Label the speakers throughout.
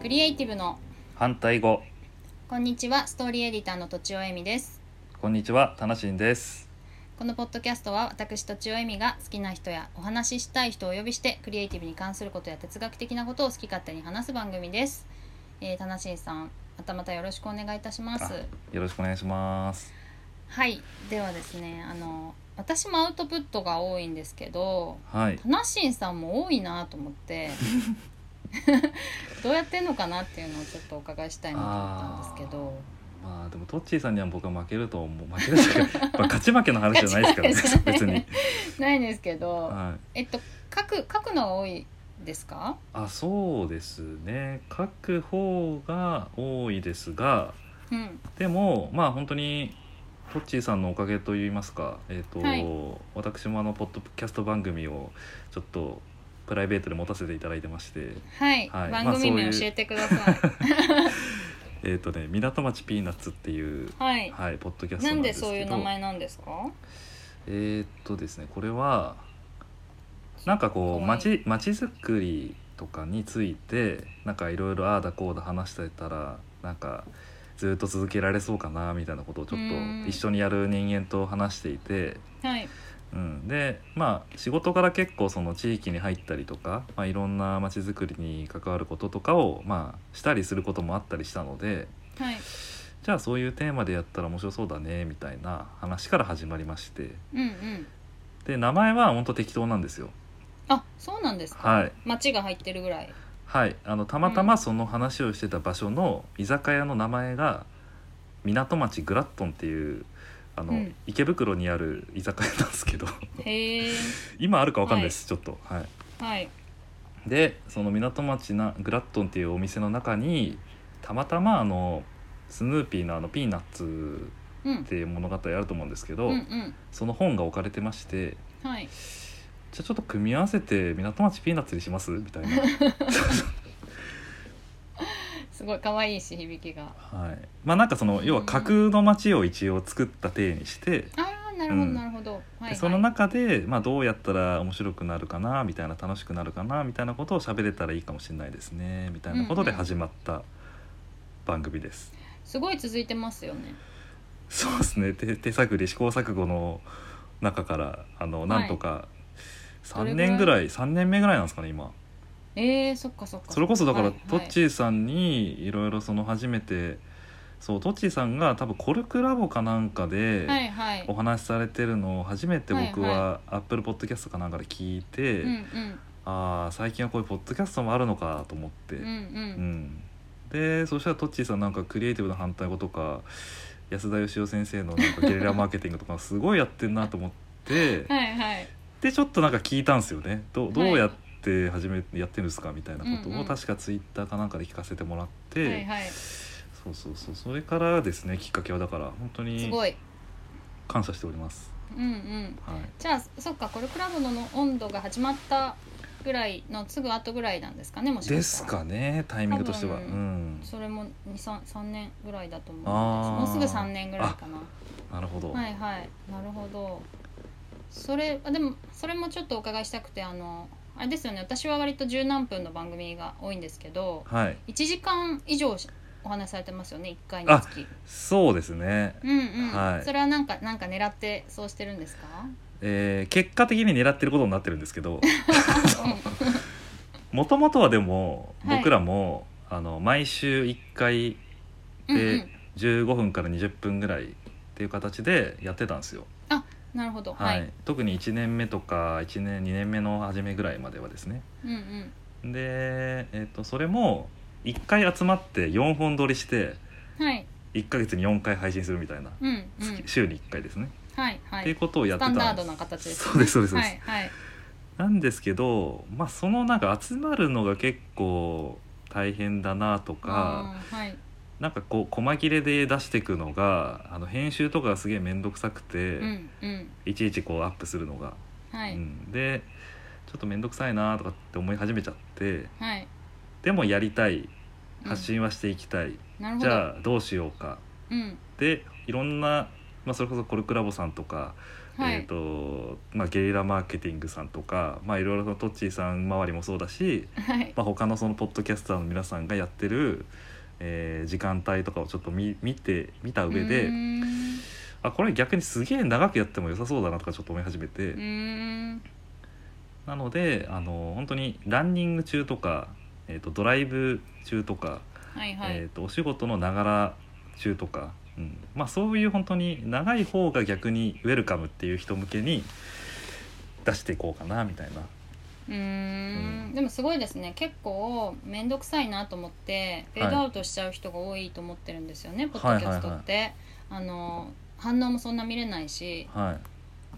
Speaker 1: クリエイティブの
Speaker 2: 反対語
Speaker 1: こんにちはストーリーエディターのとちおえみです
Speaker 2: こんにちはたなしんです
Speaker 1: このポッドキャストは私とちおえみが好きな人やお話ししたい人をお呼びしてクリエイティブに関することや哲学的なことを好き勝手に話す番組です、えー、たなしんさんまたまたよろしくお願いいたします
Speaker 2: あよろしくお願いします
Speaker 1: はいではですねあの私もアウトプットが多いんですけど
Speaker 2: はい
Speaker 1: たなしんさんも多いなと思って どうやってんのかなっていうのをちょっとお伺いしたいなと思ったんですけど
Speaker 2: まあでもトッチーさんには僕は負けると思う負けるという かまあ勝ち負けの話じゃないですからね
Speaker 1: 勝ち
Speaker 2: 別
Speaker 1: 負け
Speaker 2: に、
Speaker 1: ないんですけど、
Speaker 2: はい、
Speaker 1: えっと書く書くのが多いですか？
Speaker 2: あそうですね書く方が多いですが
Speaker 1: うん
Speaker 2: でもまあ本当にトッチーさんのおかげといいますか、えーと
Speaker 1: はい
Speaker 2: 私もあのポッドキャスト番組をちょっとプライベートで持たせていただいてまして
Speaker 1: はい、
Speaker 2: はいま
Speaker 1: 番
Speaker 2: あ
Speaker 1: 組名
Speaker 2: そうい
Speaker 1: 教え
Speaker 2: う
Speaker 1: てください。
Speaker 2: えっ、とね港町ピーナッツっていう、
Speaker 1: はい。
Speaker 2: はい、ポッドキャスト
Speaker 1: な
Speaker 2: なん
Speaker 1: んで
Speaker 2: ですけど
Speaker 1: そういう名前なんですか？
Speaker 2: えーっとですねこれはなんかこう
Speaker 1: かわいい
Speaker 2: 町町づくりとかについてなんかいろいろああだこうだ話してたらなんかずっと続けられそうかなみたいなことをちょっ
Speaker 1: うん
Speaker 2: と一緒にやる人間と話していて、
Speaker 1: はい
Speaker 2: うん、でまあ仕事から結構その地域に入ったりとか、まあ、いろんな町づくりに関わることとかを、まあ、したりすることもあったりしたので
Speaker 1: はい。
Speaker 2: じゃあそういうテーマでやったら面白そうだねみたいな話から始まりまして。
Speaker 1: うんうん。
Speaker 2: で名前は本当適当なんですよ
Speaker 1: あ、そうなんですか。
Speaker 2: はい
Speaker 1: 町が入ってるぐらい。
Speaker 2: はいあのたまたまその話をしてた場所の居酒屋の名前が港町グラットンっていうあの、
Speaker 1: うん
Speaker 2: 池袋にある居酒屋なんですけど
Speaker 1: へえ。
Speaker 2: 今あるかわかんないです、ちょっとはい
Speaker 1: はい。
Speaker 2: でその港町なグラットンっていうお店の中にたまたまあのスヌーピーのあのピーナッツ
Speaker 1: うん。う
Speaker 2: っていう物語あると思うんですけど、
Speaker 1: んうん。
Speaker 2: その本が置かれてまして
Speaker 1: はい。
Speaker 2: じゃあちょっと組み合わせて港町ピーナッツにしますみたいな
Speaker 1: すごい可愛いし響きが。
Speaker 2: はい、まあなんかその要は架空の街を一応作った体にして、で
Speaker 1: ああ、なるほど
Speaker 2: うん
Speaker 1: なるほど。はい、はい。
Speaker 2: その中で、まあ、どうやったら面白くなるかなみたいな楽しくなるかなみたいなことを喋れたらいいかもしれないですねみたいなこと
Speaker 1: う
Speaker 2: で
Speaker 1: んうん
Speaker 2: 始まった番組です。
Speaker 1: すごい続いてますよね。
Speaker 2: そうですね手手探り試行錯誤の中からあの
Speaker 1: い
Speaker 2: なんとか
Speaker 1: どれ
Speaker 2: 3
Speaker 1: ぐらい
Speaker 2: 年ぐらい3年目ぐらいなんですかね今。
Speaker 1: えー、そっかそっか。
Speaker 2: それこそだから、
Speaker 1: はい
Speaker 2: トッチーさんにいろいろその初めてそうトッチーさんが多分コルクラボかなんかで、
Speaker 1: はいはい。はい
Speaker 2: お話しされてるのを初めて僕
Speaker 1: はい
Speaker 2: は Apple Podcast かなんかで聞いて、
Speaker 1: うんうん
Speaker 2: ああ最近はこういうポッドキャストもあるのかと思って、
Speaker 1: うんう。
Speaker 2: うんんでそしたらトッチーさんなんかクリエイティブの反対語とか安田義雄先生のなんかゲリラマーケティングとかすごいやってんなと 思って
Speaker 1: はいはい。
Speaker 2: でちょっとなんか聞いたんですよねどうど
Speaker 1: はいう
Speaker 2: やって始めやってるんですかみたいなこと
Speaker 1: うんう
Speaker 2: を
Speaker 1: ん
Speaker 2: 確かツイッターかなんかで聞かせてもらって、
Speaker 1: はいはい。
Speaker 2: そうそうそうそれからですねきっかけはだから本当
Speaker 1: す
Speaker 2: に
Speaker 1: ごい。
Speaker 2: 感謝しております。
Speaker 1: うんうん。
Speaker 2: はい
Speaker 1: じゃあそっかコルクラボの温度が始まったぐらいのすぐ後ぐらいなんですかねもしか
Speaker 2: で
Speaker 1: し
Speaker 2: す
Speaker 1: たら
Speaker 2: かねタイミングとして
Speaker 1: 多
Speaker 2: は、う
Speaker 1: 分
Speaker 2: ん、
Speaker 1: それも23年ぐらいだと思うん
Speaker 2: あー
Speaker 1: ですもうすぐ3年ぐらいかな
Speaker 2: なるほど、
Speaker 1: はいはいなるほどそれあでもそれもちょっとお伺いしたくてあのあれですよね私は割と十何分の番組が多いんですけど
Speaker 2: はい、
Speaker 1: 1時間以上お話しされてますよね1回につき
Speaker 2: そうですね、
Speaker 1: うんうん、
Speaker 2: はい
Speaker 1: それはなんかなんか狙ってそうしてるんです か、
Speaker 2: えー結果的に狙ってることになってるんですけ ど
Speaker 1: うん
Speaker 2: もともとはでも
Speaker 1: はい
Speaker 2: 僕らも、あの毎週1回
Speaker 1: うんう
Speaker 2: で
Speaker 1: ん、
Speaker 2: 15分から20分ぐらいっていう形でやってたんですよ、
Speaker 1: なるほどは、
Speaker 2: はいい特に1年目とか1年2年目の初めぐらいまではですね
Speaker 1: うんうん
Speaker 2: で、えー、とそれも1回集まって4本撮りして
Speaker 1: はい
Speaker 2: 1ヶ月に4回配信するみたいな、
Speaker 1: うんうん
Speaker 2: 月週に1回ですね
Speaker 1: はいは
Speaker 2: ってい
Speaker 1: いう
Speaker 2: ことをやってたん
Speaker 1: ス
Speaker 2: で
Speaker 1: タ
Speaker 2: す
Speaker 1: ンダードな形ですね
Speaker 2: そうですそうですそう
Speaker 1: は
Speaker 2: です、
Speaker 1: いはい
Speaker 2: なんですけどまあそのなんか集まるのが結構大変だなとか、
Speaker 1: うんはい
Speaker 2: なんかこう細切れで出していくのがあの編集とかがすげえ面倒くさくて、
Speaker 1: うんうん
Speaker 2: いちいちこうアップするのが、
Speaker 1: は
Speaker 2: う
Speaker 1: い
Speaker 2: ん、でちょっと面倒くさいなとかって思い始めちゃって
Speaker 1: はい
Speaker 2: でもやりたい
Speaker 1: うん
Speaker 2: 発信はしていきたい、
Speaker 1: なるほ
Speaker 2: じ
Speaker 1: ど
Speaker 2: ゃあどうしようか
Speaker 1: うん
Speaker 2: でいろんな、まあ、それこそコルクラボさんとか
Speaker 1: はい
Speaker 2: えーとまあ、ゲリラマーケティングさんとか、まあ、いろいろとトッチーさん周りもそうだし、
Speaker 1: はい
Speaker 2: まあ、他のそのポッドキャスターの皆さんがやってる、えー時間帯とかをちょっと見見て見た上で
Speaker 1: うーん
Speaker 2: あこれ逆にすげえ長くやっても良さそうだなとかちょっと思い始めて、
Speaker 1: うーん
Speaker 2: なのであの本当にランニング中とか、えー、とドライブ中とか、
Speaker 1: はいはい、
Speaker 2: えー、とお仕事のながら中とか、うんまあ、そういう本当に長い方が逆にウェルカムっていう人向けに出していこうかなみたいな。
Speaker 1: うー
Speaker 2: うん
Speaker 1: んでもすごいですね結構面倒くさいなと思ってフェードアウトしちゃう人が多いと思ってるんですよね、ポッドキャストって、あの反応もそんな見れないし
Speaker 2: は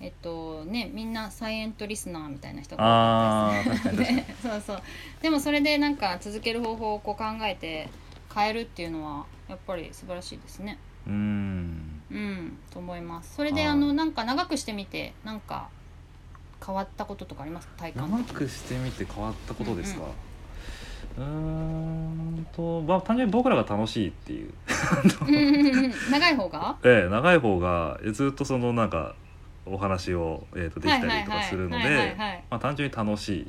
Speaker 2: い、
Speaker 1: えっとねみんなサイエントリスナーみたいな人が
Speaker 2: あー確かに
Speaker 1: 多いです
Speaker 2: 確か に
Speaker 1: ねそうそうでもそれでなんか続ける方法をこう考えて変えるっていうのはやっぱり素晴らしいですね
Speaker 2: うん
Speaker 1: うんと思いますそれで
Speaker 2: あー
Speaker 1: あのなんか長くしてみてなんか変わったこととかありますか体感
Speaker 2: 長くしてみて変わったことですか、うーんとまあ単純に僕らが楽しいっていう
Speaker 1: うんうんうんうん 長い方が
Speaker 2: ええ、長い方がえずっとそのなんかお話を、えー、とできたりとかするの
Speaker 1: はいはいはいはい
Speaker 2: で
Speaker 1: はいはい
Speaker 2: まあ単純に楽し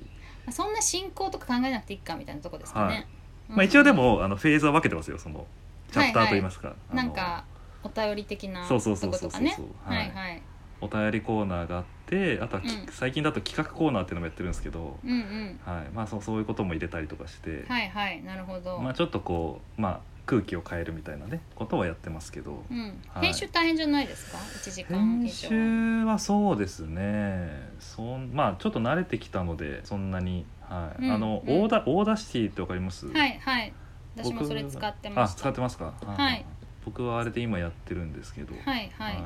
Speaker 2: い、
Speaker 1: そんな進行とか考えなくていいかみたいなとこですかね、
Speaker 2: はい
Speaker 1: うん
Speaker 2: まあ、一応でもあのフェーズは分けてますよそのチャプターといいますか、あの
Speaker 1: なんかお便り的な
Speaker 2: そうそう
Speaker 1: と
Speaker 2: そう
Speaker 1: こ
Speaker 2: そ
Speaker 1: と
Speaker 2: うそ
Speaker 1: か
Speaker 2: う、
Speaker 1: ね
Speaker 2: は
Speaker 1: はいいはい
Speaker 2: お便りコーナーがあってあとはき、
Speaker 1: うん
Speaker 2: 最近だと企画コーナーっていうのもやってるんですけど、
Speaker 1: うんうん
Speaker 2: はいまあ、そうそういうことも入れたりとかして、
Speaker 1: はいはいなるほど、
Speaker 2: まあ、ちょっとこう、まあ、空気を変えるみたいなねことはやってますけど、
Speaker 1: うん、
Speaker 2: はい
Speaker 1: 編集大変じゃないですか1時間以
Speaker 2: 編
Speaker 1: 上
Speaker 2: 集はそうですねそんまあちょっと慣れてきたのでそんなに、はい
Speaker 1: うん
Speaker 2: あの、
Speaker 1: うん
Speaker 2: オーダオーダーシティってわかります、
Speaker 1: はいはい私も
Speaker 2: 僕
Speaker 1: それ使ってま
Speaker 2: あ
Speaker 1: した
Speaker 2: 使ってますか、
Speaker 1: はい
Speaker 2: 僕はあれで今やってるんですけど
Speaker 1: はいはい、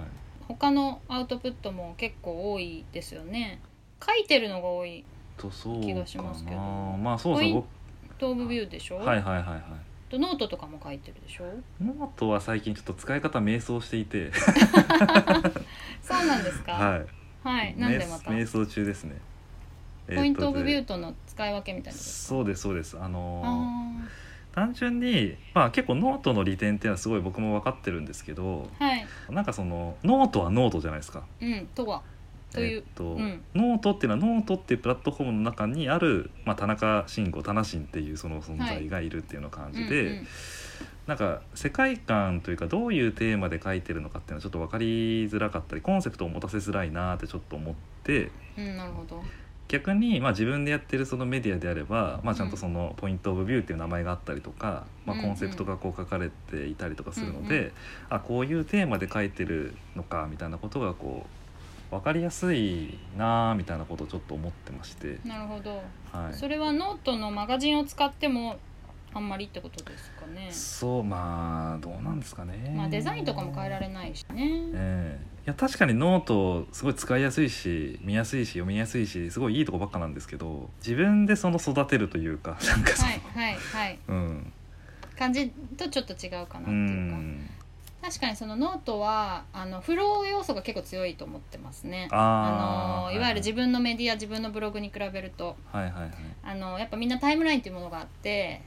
Speaker 1: 他のアウトプットも結構多いですよね書いてるのが多い
Speaker 2: とそう
Speaker 1: 気がし
Speaker 2: か
Speaker 1: ますけど
Speaker 2: なまあそう
Speaker 1: ポ
Speaker 2: そ
Speaker 1: イ
Speaker 2: う
Speaker 1: ン
Speaker 2: 僕
Speaker 1: 東部ビューでしょ、
Speaker 2: はいはいはいはい
Speaker 1: とノートとかも書いてるでしょ
Speaker 2: ノートは最近ちょっと使い方迷走していて
Speaker 1: そうなんですか、
Speaker 2: はい
Speaker 1: はい、なんでまた
Speaker 2: 迷迷走中ですね
Speaker 1: ポイント・オブ・ビュー
Speaker 2: ー
Speaker 1: トの使い分けみたいなことです
Speaker 2: そうですそうですあ
Speaker 1: か
Speaker 2: のー
Speaker 1: あ
Speaker 2: 単純に、まあ、結構ノートの利点っていうのはすごい僕も分かってるんですけど
Speaker 1: ーはい
Speaker 2: なんかそのノートはノートじゃないですか。
Speaker 1: うんとはという
Speaker 2: えっと
Speaker 1: うん
Speaker 2: ノートっていうのはノートっていうプラットフォームの中にある、まあ、田中慎吾田中慎っていうその存在がいるっていうのを感じで、
Speaker 1: うんうん
Speaker 2: なんか世界観というかどういうテーマで書いてるのかっていうのはちょっと分かりづらかったりコンセプトを持たせづらいなってちょっと思って
Speaker 1: うん、なるほど
Speaker 2: 逆に、まあ、自分でやってるそのメディアであれば、まあ、ちゃんとそのポイント・オブ・ビューっていう名前があったりとか、まあ、
Speaker 1: うんうん
Speaker 2: コンセプトがこう書かれていたりとかするので、
Speaker 1: うんうん
Speaker 2: あこういうテーマで書いてるのかみたいなことがこう分かりやすいなあみたいなことをちょっと思ってまして、
Speaker 1: なるほど、
Speaker 2: はい、
Speaker 1: それはノートのマガジンを使ってもあんまりってことですかね、
Speaker 2: そうまあどうなんですかね。
Speaker 1: まあデザインとかも変えられ
Speaker 2: い
Speaker 1: ないしね
Speaker 2: ええいや確かにノートすごい使いやすいし見やすいし読みやすいしすごいいいとこばっかなんですけど自分でその育てるというかなんかその、
Speaker 1: はいはいはい
Speaker 2: うん
Speaker 1: 感じとちょっと違うかなって
Speaker 2: う
Speaker 1: いうか、
Speaker 2: ん、
Speaker 1: 確かにそのノートはあのフロー要素が結構強いと思ってますねあ
Speaker 2: あ
Speaker 1: の
Speaker 2: ー
Speaker 1: いわゆる自分のメディア自分のブログに比べると
Speaker 2: はいはいはいはい
Speaker 1: あのやっぱみんなタイムラインっていうものがあって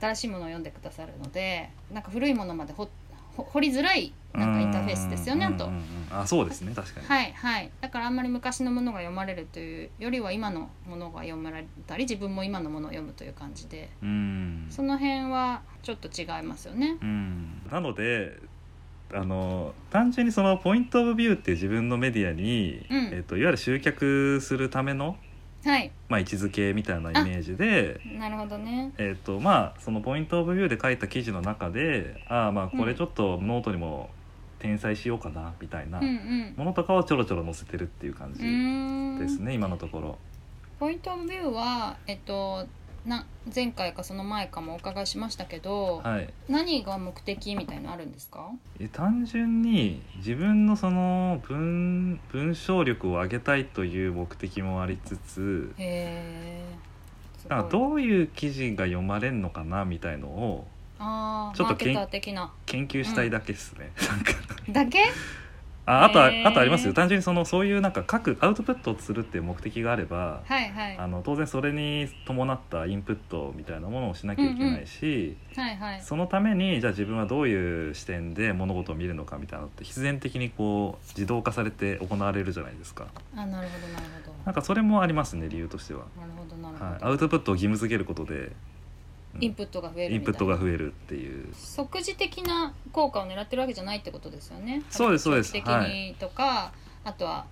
Speaker 1: 新しいものを読んでくださるのでなんか古いものまでほほ掘りづらいなんかインターフェースですよねあ
Speaker 2: うんうん
Speaker 1: と
Speaker 2: うんうんあそうですね確かに、
Speaker 1: はいはいだからあんまり昔のものが読まれるというよりは今のものが読まれたり自分も今のものを読むという感じで
Speaker 2: うん
Speaker 1: その辺はちょっと違いますよね
Speaker 2: うんなのであの単純にそのポイント・オブ・ビューっていう自分のメディアに、
Speaker 1: うん
Speaker 2: えっといわゆる集客するための、
Speaker 1: はい
Speaker 2: まあ、位置づけみたいなイメージで。
Speaker 1: なるほどね
Speaker 2: えっとまあ、そのポイント・オブ・ビューで書いた記事の中でああまあこれちょっとノートにも転載しようかなみたいな
Speaker 1: うんう
Speaker 2: も
Speaker 1: ん
Speaker 2: のとかをちょろちょろ載せてるっていう感
Speaker 1: う
Speaker 2: じ
Speaker 1: ーん
Speaker 2: ですね、今のところ。
Speaker 1: ポイントオブビューはえっとな前回かその前かもお伺いしましたけど、
Speaker 2: はい、
Speaker 1: 何が目的みたいのあるんですか
Speaker 2: え単純に自分のその文文章力を上げたいという目的もありつつ
Speaker 1: へえ。
Speaker 2: なんか
Speaker 1: う
Speaker 2: どういう記事が読まれるのかなみたいのを
Speaker 1: ああ、
Speaker 2: ちょっと
Speaker 1: マーケター
Speaker 2: けん
Speaker 1: 的な
Speaker 2: 研究したいだけですね、なんか
Speaker 1: だけ？
Speaker 2: ああと
Speaker 1: へ
Speaker 2: は
Speaker 1: ー
Speaker 2: あとありますよ単純にそのそういうなんか書くアウトプットをするっていう目的があれば、
Speaker 1: はいはい
Speaker 2: あの当然それに伴ったインプットみたいなものをしなきゃいけないし、
Speaker 1: はいはい
Speaker 2: そのためにじゃあ自分はどういう視点で物事を見るのかみたいなのって必然的にこう自動化されて行われるじゃないですか
Speaker 1: あなるほどなるほど
Speaker 2: なんかそれもありますね理由としては、
Speaker 1: なるほどなるほど、
Speaker 2: はい、アウトプットを義務付けることで、うん
Speaker 1: インプットが増えるみ
Speaker 2: イン
Speaker 1: た
Speaker 2: プ
Speaker 1: い
Speaker 2: ット
Speaker 1: な
Speaker 2: が増えるっていう
Speaker 1: 即時的な効果を狙ってるわけじゃないってことですよね
Speaker 2: そうですそうです
Speaker 1: 長期的にとか、あとは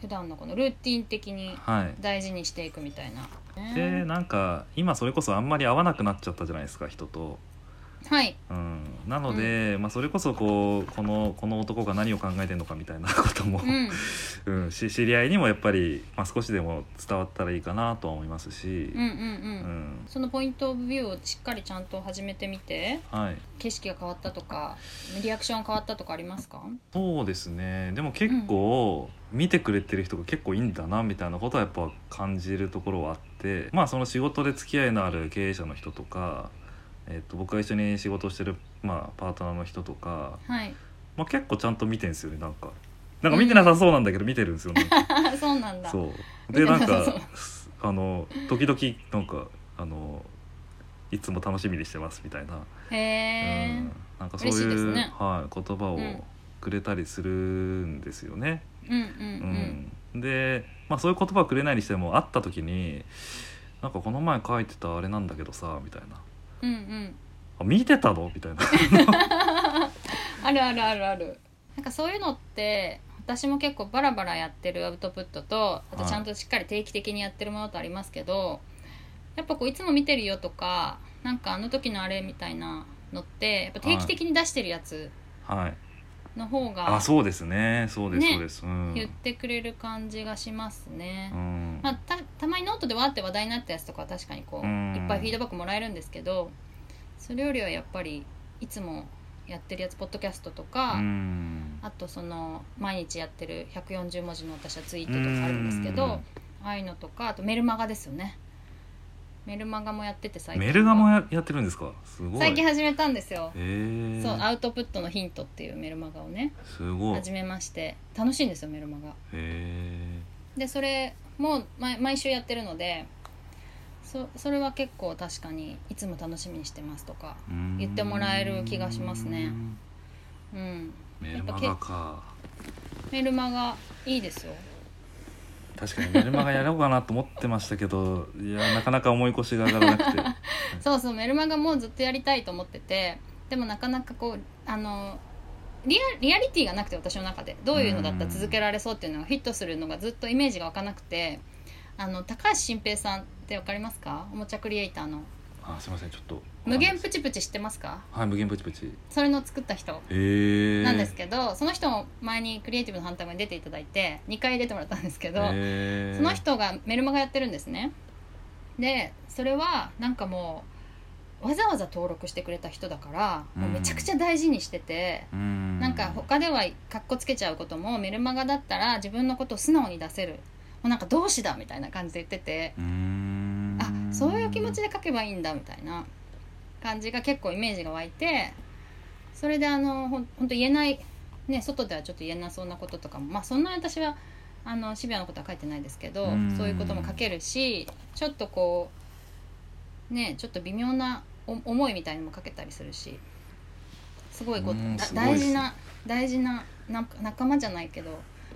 Speaker 1: 普段のこのルーティン的に
Speaker 2: はい
Speaker 1: 大事にしていくみたいな、
Speaker 2: で
Speaker 1: ね
Speaker 2: なんか今それこそあんまり合わなくなっちゃったじゃないですか人と。
Speaker 1: はい
Speaker 2: うん、なので、まあ、それこそこうこのこの男が何を考えてるのかみたいなことも、
Speaker 1: うん
Speaker 2: うんし知り合いにもやっぱり、まあ、少しでも伝わったらいいかなとは思いますし
Speaker 1: うんうんう、
Speaker 2: うん
Speaker 1: ん、そのポイントオブビューをしっかりちゃんと始めてみて
Speaker 2: はい、
Speaker 1: 景色が変わったとかリアクション変わったとかありますか
Speaker 2: そうですねでも結構、見てくれてる人が結構いいんだなみたいなことはやっぱ感じるところはあってまあその仕事で付き合いのある経営者の人とか、えっと僕が一緒に仕事をしてる、まあ、パートナーの人とか、
Speaker 1: はい
Speaker 2: まあ、結構ちゃんと見てんですよねなんか。なんか見てなさそうなんだけど見てるんですよ、なんか
Speaker 1: あそうなん だ
Speaker 2: そう
Speaker 1: 見て
Speaker 2: で
Speaker 1: な
Speaker 2: なん
Speaker 1: さそう
Speaker 2: かすあの時々なんかあのいつも楽しみにしてますみたいな、
Speaker 1: へ
Speaker 2: う
Speaker 1: え
Speaker 2: ん、なんかそうい
Speaker 1: 嬉しいです
Speaker 2: う
Speaker 1: ね
Speaker 2: はい、言葉を
Speaker 1: うん
Speaker 2: くれたりするんですよね。
Speaker 1: うんうん
Speaker 2: うんで、まあ、そういう言葉をくれないにしても会った時になんかこの前書いてたあれなんだけどさみたいな
Speaker 1: うんうんうん
Speaker 2: 「あ見てたの?」みたいな。
Speaker 1: あるあるあるあるなんかそういうのって私も結構バラバラやってるアウトプットとあと
Speaker 2: はい
Speaker 1: ちゃんとしっかり定期的にやってるものとありますけどやっぱこういつも見てるよとかなんかあの時のあれみたいなのってやっぱ定期的に出してるやつ
Speaker 2: はい、
Speaker 1: の方が
Speaker 2: あそうですねそうです、
Speaker 1: ね
Speaker 2: そうです。うん
Speaker 1: 言ってくれる感じがしますね
Speaker 2: う。ん
Speaker 1: まあ、たたまにノートでわーって話題になったやつとかは確かにこう
Speaker 2: うん
Speaker 1: いっぱいフィードバックもらえるんですけどそれよりはやっぱりいつもやってるやつポッドキャストとか、
Speaker 2: うん
Speaker 1: あとその毎日やってる140文字の私はツイートとかあるんですけど、
Speaker 2: うん
Speaker 1: ああいうのとかあとメルマガですよねメルマガもやってて最近は
Speaker 2: メルガもややってるんですかすごい
Speaker 1: 最近始めたんですよ、
Speaker 2: えー、
Speaker 1: そうアウトプットのヒントっていうメルマガをね
Speaker 2: すごい
Speaker 1: 始めまして楽しいんですよメルマガ
Speaker 2: え
Speaker 1: でそれも毎毎週やってるのでそそれは結構確かにいつも楽しみにしてますとか言ってもらえる気がしますねうん
Speaker 2: メ
Speaker 1: や
Speaker 2: ル
Speaker 1: っぱ
Speaker 2: マ
Speaker 1: け
Speaker 2: ガか
Speaker 1: メルマガいいですよ
Speaker 2: 確かにメルマガやろうかなと思ってましたけどいやなかなか思い越しが上がらな くて
Speaker 1: そうそうメルマガもずっとやりたいと思っててでもなかなかこうあのリアリアリティがなくて私の中でどういうのだったら続けられそうっていうのがフィットするのがずっとイメージが湧かなくてあの高橋新平さんってわかりますかおもちゃクリエイターの
Speaker 2: あすいませんちょっと
Speaker 1: 無限プチプチ知ってますか
Speaker 2: はい無限プチプチ
Speaker 1: それの作った人
Speaker 2: えー、
Speaker 1: なんですけど、その人も前にクリエイティブの反対語に出ていただいて2回出てもらったんですけど、
Speaker 2: えー
Speaker 1: その人がメルマガやってるんですねでそれはなんかもうわざわざ登録してくれた人だから、
Speaker 2: うん
Speaker 1: もうめちゃくちゃ大事にしてて、
Speaker 2: うん
Speaker 1: なんか他ではかっこつけちゃうこともメルマガだったら自分のことを素直に出せるもうなんか同志だみたいな感じで言ってて、
Speaker 2: うん
Speaker 1: あそういう気持ち
Speaker 2: で
Speaker 1: で書けばいいんだみたいな感じが結構イメージが湧いてそれであのほんほんと言えない、ね、外ではちょっと言えなそうなこととかもまあそんなに私はあのシビアなことは書いてないですけど
Speaker 2: うん
Speaker 1: そういうことも書けるしちょっとこうねちょっと微妙なお思いみたいのも書けたりするしすごいこう
Speaker 2: うん
Speaker 1: だ
Speaker 2: すごい
Speaker 1: 大
Speaker 2: です
Speaker 1: 事
Speaker 2: ね
Speaker 1: な大事ななんか仲間じゃないけど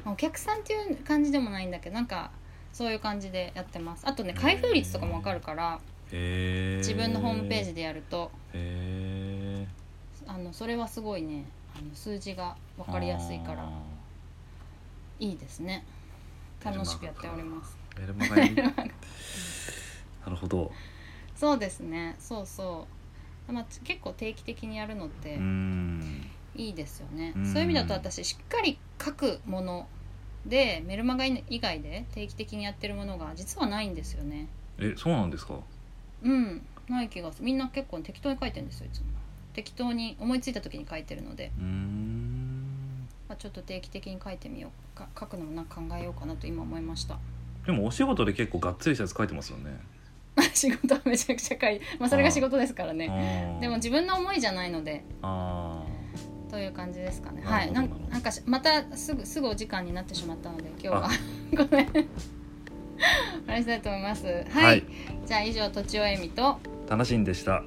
Speaker 1: まあお客さんっていう感じでもないんだけどなんかそういう感じでやってますあとね開封率とかもわかるから、
Speaker 2: えー、
Speaker 1: 自分のホームページでやると
Speaker 2: え
Speaker 1: あのそれはすごいねあの数字がわ
Speaker 2: ー、
Speaker 1: かりやすいから
Speaker 2: あ
Speaker 1: いいですね
Speaker 2: ー
Speaker 1: 楽しくやっております
Speaker 2: メルマガやりなるほど
Speaker 1: そうですねそうそう、まあ、結構定期的にやるのって
Speaker 2: うん
Speaker 1: いいですよね、
Speaker 2: うん
Speaker 1: そういう意味だと私しっかり書くものでメルマガ以外で定期的にやってるものが実はないんですよね
Speaker 2: えそうなんですか
Speaker 1: うんない気がするみんな結構適当に書いてるんですよいつも適当に思いついた時に書いてるので
Speaker 2: うーん
Speaker 1: まあ、ちょっと定期的に書いてみようか書くのもなんか考えようかなと今思いました
Speaker 2: でもお仕事で結構がっつりしたやつ書いてますよね。
Speaker 1: 仕事はめちゃくちゃ書い、まあ、それが仕事ですからね
Speaker 2: あー
Speaker 1: でも自分の思いじゃないので
Speaker 2: あ
Speaker 1: という感じですかね。
Speaker 2: な
Speaker 1: は
Speaker 2: る
Speaker 1: い、
Speaker 2: ほど
Speaker 1: なんなんかしまたすぐすぐお時間になってしまったので今日は
Speaker 2: あ
Speaker 1: ごめん。終わりしたいと思います。はい、
Speaker 2: はい、
Speaker 1: じゃあ以上とちおえみと
Speaker 2: 楽しんでした。